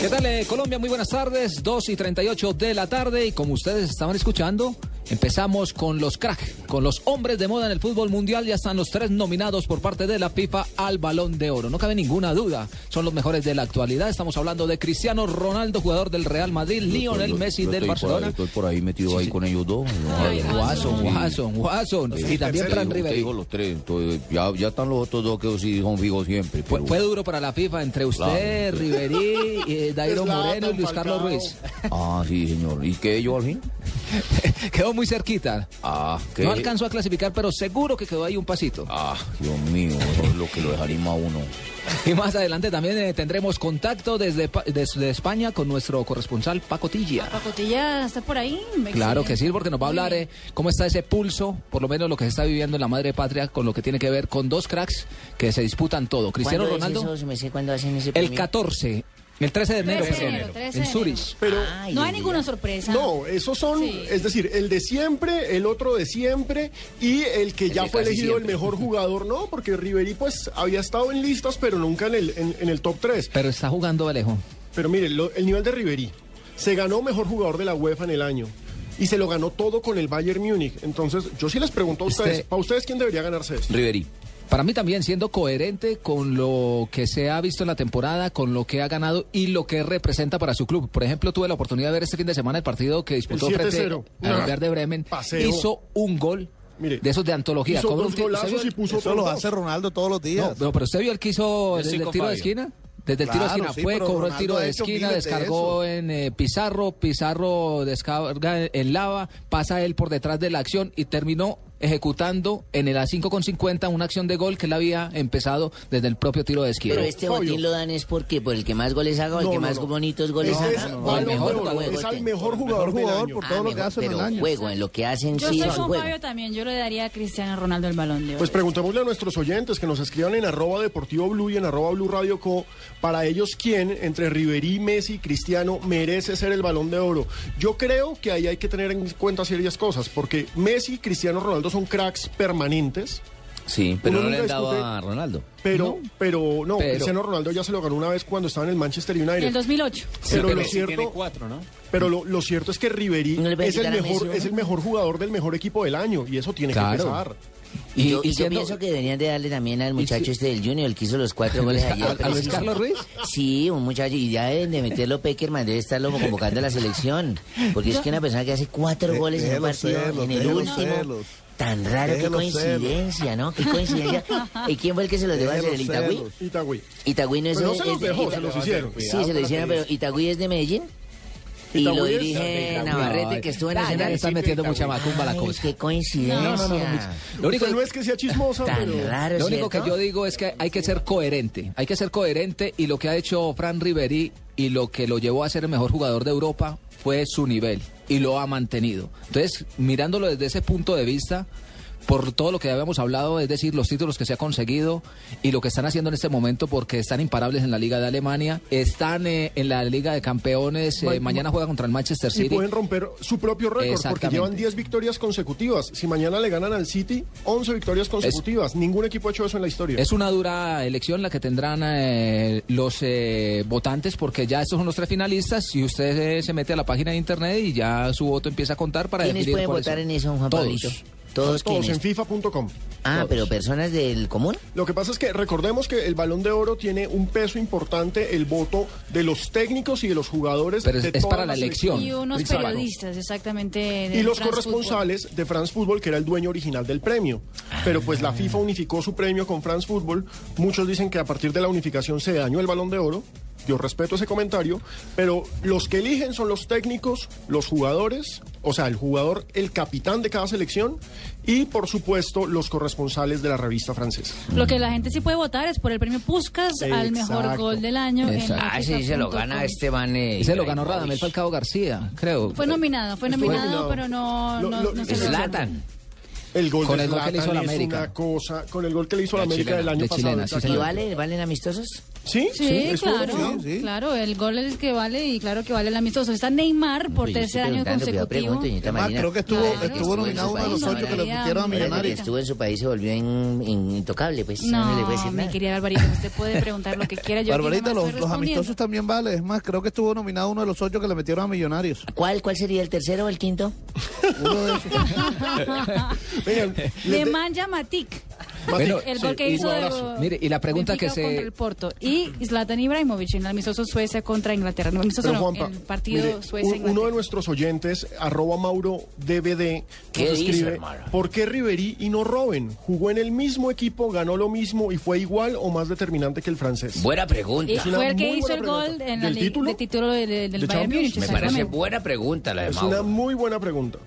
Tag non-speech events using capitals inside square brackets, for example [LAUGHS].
¿Qué tal eh, Colombia? Muy buenas tardes, 2 y 38 de la tarde y como ustedes estaban escuchando, empezamos con los crack, con los hombres de moda en el fútbol mundial, ya están los tres nominados por parte de la FIFA al balón de oro, no cabe ninguna duda, son los mejores de la actualidad, estamos hablando de Cristiano Ronaldo, jugador del Real Madrid, Lionel Messi Yo del estoy por ahí, Barcelona, estoy por ahí metido ahí con ellos dos. Watson, Watson, Watson, y también Fran Te Riveri. digo los tres, entonces, ya, ya están los otros dos que sí son fijos siempre. Fue, pero- fue duro para la FIFA entre usted, Riverí, [LAUGHS] eh, Dairo Moreno y Luis Carlos Ruiz. [LAUGHS] Ah, sí, señor. ¿Y qué ellos al fin? Quedó muy cerquita. Ah, que... No alcanzó a clasificar, pero seguro que quedó ahí un pasito. Ah, Dios mío, eso es lo que lo dejaría a uno. Y más adelante también eh, tendremos contacto desde, Pa- desde España con nuestro corresponsal Paco Tilla. Pacotilla está por ahí. Claro que sí, porque nos va a Muy hablar eh, cómo está ese pulso, por lo menos lo que se está viviendo en la madre patria, con lo que tiene que ver con dos cracks que se disputan todo. Cristiano ¿Cuándo es Ronaldo, eso? Me sé cuándo hacen ese el premio. 14, el 13 de enero, 13 de perdón, enero, 13 en de enero. Zurich. Pero Ay, No Dios hay mío. ninguna sorpresa. no, esos son, Sí. es decir, el de siempre, el otro de siempre y el que ya de fue casi elegido siempre. el mejor jugador, no, porque Ribery pues había estado en listas, pero nunca en el, en, en el top 3. Pero está jugando Alejo. Pero mire, lo- el nivel de Ribery se ganó mejor jugador de la UEFA en el año. Y se lo ganó todo con el Bayern Múnich. Entonces, yo sí les pregunto a Este- ustedes, ¿para ustedes quién debería ganarse esto? Riverí. Para mí también, siendo coherente con lo que se ha visto en la temporada, con lo que ha ganado y lo que representa para su club. Por ejemplo, tuve la oportunidad de ver este fin de semana el partido que disputó El frente 7-0. al Verde Bremen. Paseo. Hizo un gol Mire, de esos de antología. Hizo Cobra un dos tiro- ¿usted golazos vio y el- puso otros dos. Ronaldo todos los No, no, pero usted vio el que hizo Yo desde soy el con tiro de Fabio. esquina. Desde el tiro de Claro, esquina sí, fue, pero cobró el Ronaldo tiro ha de hecho esquina, miles de descargó eso. en eh, Pizarro, Pizarro descarga en lava, pasa él por detrás de la acción y terminó ejecutando en el A5 con 50 una acción de gol que él había empezado desde el propio tiro de esquina. Pero este Fabio. botín lo dan es porque por el que más goles haga o el No, que no, más no. bonitos goles Este haga. es o Balón el de mejor Oro, juego es al tenga. mejor jugador, del jugador año. por Ah, todo lo que mejor, hace en el pero año. juego, en lo que hacen Yo sí soy es un con juego. Fabio también. Yo le daría a Cristiano Ronaldo el balón de oro. Pues preguntémosle a nuestros oyentes que nos escriban en arroba deportivo blue y en arroba blue radio co para ellos quién entre Riverí, Messi y Cristiano merece ser el balón de oro. Yo creo que ahí hay que tener en cuenta serias cosas porque Messi y Cristiano Ronaldo son cracks permanentes. Sí, pero Uno no le nunca han dado discute- a Ronaldo. Pero, no, pero no, Pero- Cristiano Ronaldo ya se lo ganó una vez cuando estaba en el Manchester United. en el 2008. pero lo cierto, pero lo, lo cierto es que Riverí ¿No le voy a es el quitar a mejor, Messi, es no? el mejor jugador del mejor equipo del año y eso tiene que Claro. pesar. Y, yo, y yo siendo- pienso que deberían de darle también al muchacho si- este del Junior, el que hizo [LAUGHS] los cuatro goles ¿A- ayer. a pero Luis sí, Carlos sí. Ruiz? Sí, un muchacho. Y ya deben de meterlo Peckerman, debe estarlo convocando a la selección. Porque es que una persona que hace cuatro De- goles en un déjelo partido, serlo, en el déjelo último. serlo. Tan raro, qué Déjelo serlo. coincidencia, ¿no? Qué coincidencia. ¿Y quién fue el que se los dejó hacer? ¿El Déjelo Itagüí? serlo. Itagüí. Itagüí no es Pero no de- se es los de- dejó, Ita- se los hicieron. pues, Sí, se lo hicieron, pero Itagüí es de Medellín. Y Itagüí lo es- dirige Itagüí. Navarrete, que estuvo en Ah, ya Nacional. le están metiendo mucha macumba a la Ay, cosa. Qué coincidencia. Lo único Usted no es que sea chismosa, Tan pero... raro, Lo único que ¿cierto? yo digo es que hay que ser coherente. Hay que ser coherente y lo que ha hecho Fran Riveri y lo que lo llevó a ser el mejor jugador de Europa fue su nivel y lo ha mantenido. Entonces, mirándolo desde ese punto de vista, por todo lo que habíamos hablado, es decir, los títulos que se ha conseguido y lo que están haciendo en este momento porque están imparables en la Liga de Alemania, están eh, en la Liga de Campeones, eh, Ma- mañana juega contra el Manchester y City. pueden romper su propio récord porque Exactamente. llevan 10 victorias consecutivas. Si mañana le ganan al City, 11 victorias consecutivas. Ningún equipo ha hecho eso en la historia. Es una dura elección la que tendrán eh, los eh, votantes porque ya estos son los tres finalistas y usted eh, se mete a la página de internet y ya su voto empieza a contar para ¿Quiénes definir pueden cuáles votar son. en eso, Juan Todos. Pablito? Todos, Todos en quienes. FIFA.com. Ah, todos. pero personas del común. Lo que pasa es que recordemos que el Balón de Oro tiene un peso importante el voto de los técnicos y de los jugadores. Pero es- de es para todas la las elección. selecciones. Y unos Exacto. periodistas, exactamente. de Y los France corresponsales de France Football, que era el dueño original del premio. Pero pues la FIFA unificó su premio con France Football. Muchos dicen que a partir de la unificación se dañó el balón de oro. Yo respeto ese comentario, pero los que eligen son los técnicos, los jugadores, o sea, el jugador, el capitán de cada selección y, por supuesto, los corresponsales de la revista francesa. Lo que la gente sí puede votar es por el premio Puskas al mejor Exacto. gol del año. en Exacto. Ah, sí, se lo gana FIFA.com. Esteban. eh, Ese lo ganó Ibrahimovic. Radamel Falcao García, creo. Fue nominado, fue nominado, nominado. pero no, Lo- no, lo- no se lo- Zlatan. El gol Con de el gol que le hizo Zlatan la es América. una cosa, con el gol que le hizo a la La América chilena, del año de pasado. chilena, sí, ¿Y señor. exactamente. vale, valen amistosos? ¿Sí? Sí, estuvo claro, bien. claro, el gol es el que vale y claro que vale el amistoso. Está Neymar por Yo estoy tercer año preguntando, cuidado, consecutivo. pregunto, señorita Además, Marina. creo que estuvo, Claro. estuvo nominado uno de los ocho que le María, metieron a María. Desde que Millonarios. estuvo en su país se volvió in- in- intocable, pues. No, le puede No, decir mi nada. querida Barbarita, usted puede preguntar lo que quiera. Yo aquí Barbarita, nomás los, estoy los respondiendo. amistosos también vale. Es más, creo que estuvo nominado uno de los ocho que le metieron a Millonarios. ¿Cuál, ¿Cuál sería el tercero o el quinto? Uno de esos. Vengan, Le manja Matic. Bueno, El gol que sí, hizo un de- abrazo. Mire, y la pregunta que Benfica se- contra el Porto y Zlatan Ibrahimovic en el amistoso Suecia contra Inglaterra. No, amistoso Pero, no, Juanpa, el partido mire, Suecia un- uno de Inglaterra. nuestros oyentes, arroba Mauro DVD, ¿Qué nos dice, escribe, hermano? ¿por qué Riverí y no Robben? Jugó en el mismo equipo, ganó lo mismo y fue igual o más determinante que el francés. Buena pregunta. Y una fue el que muy hizo el buena gol pregunta. en la ¿Del liga- título? de título de- de- del ¿De Bayern Champions? Múnich. Me parece exactamente. buena pregunta la de es una Mauro. muy buena pregunta.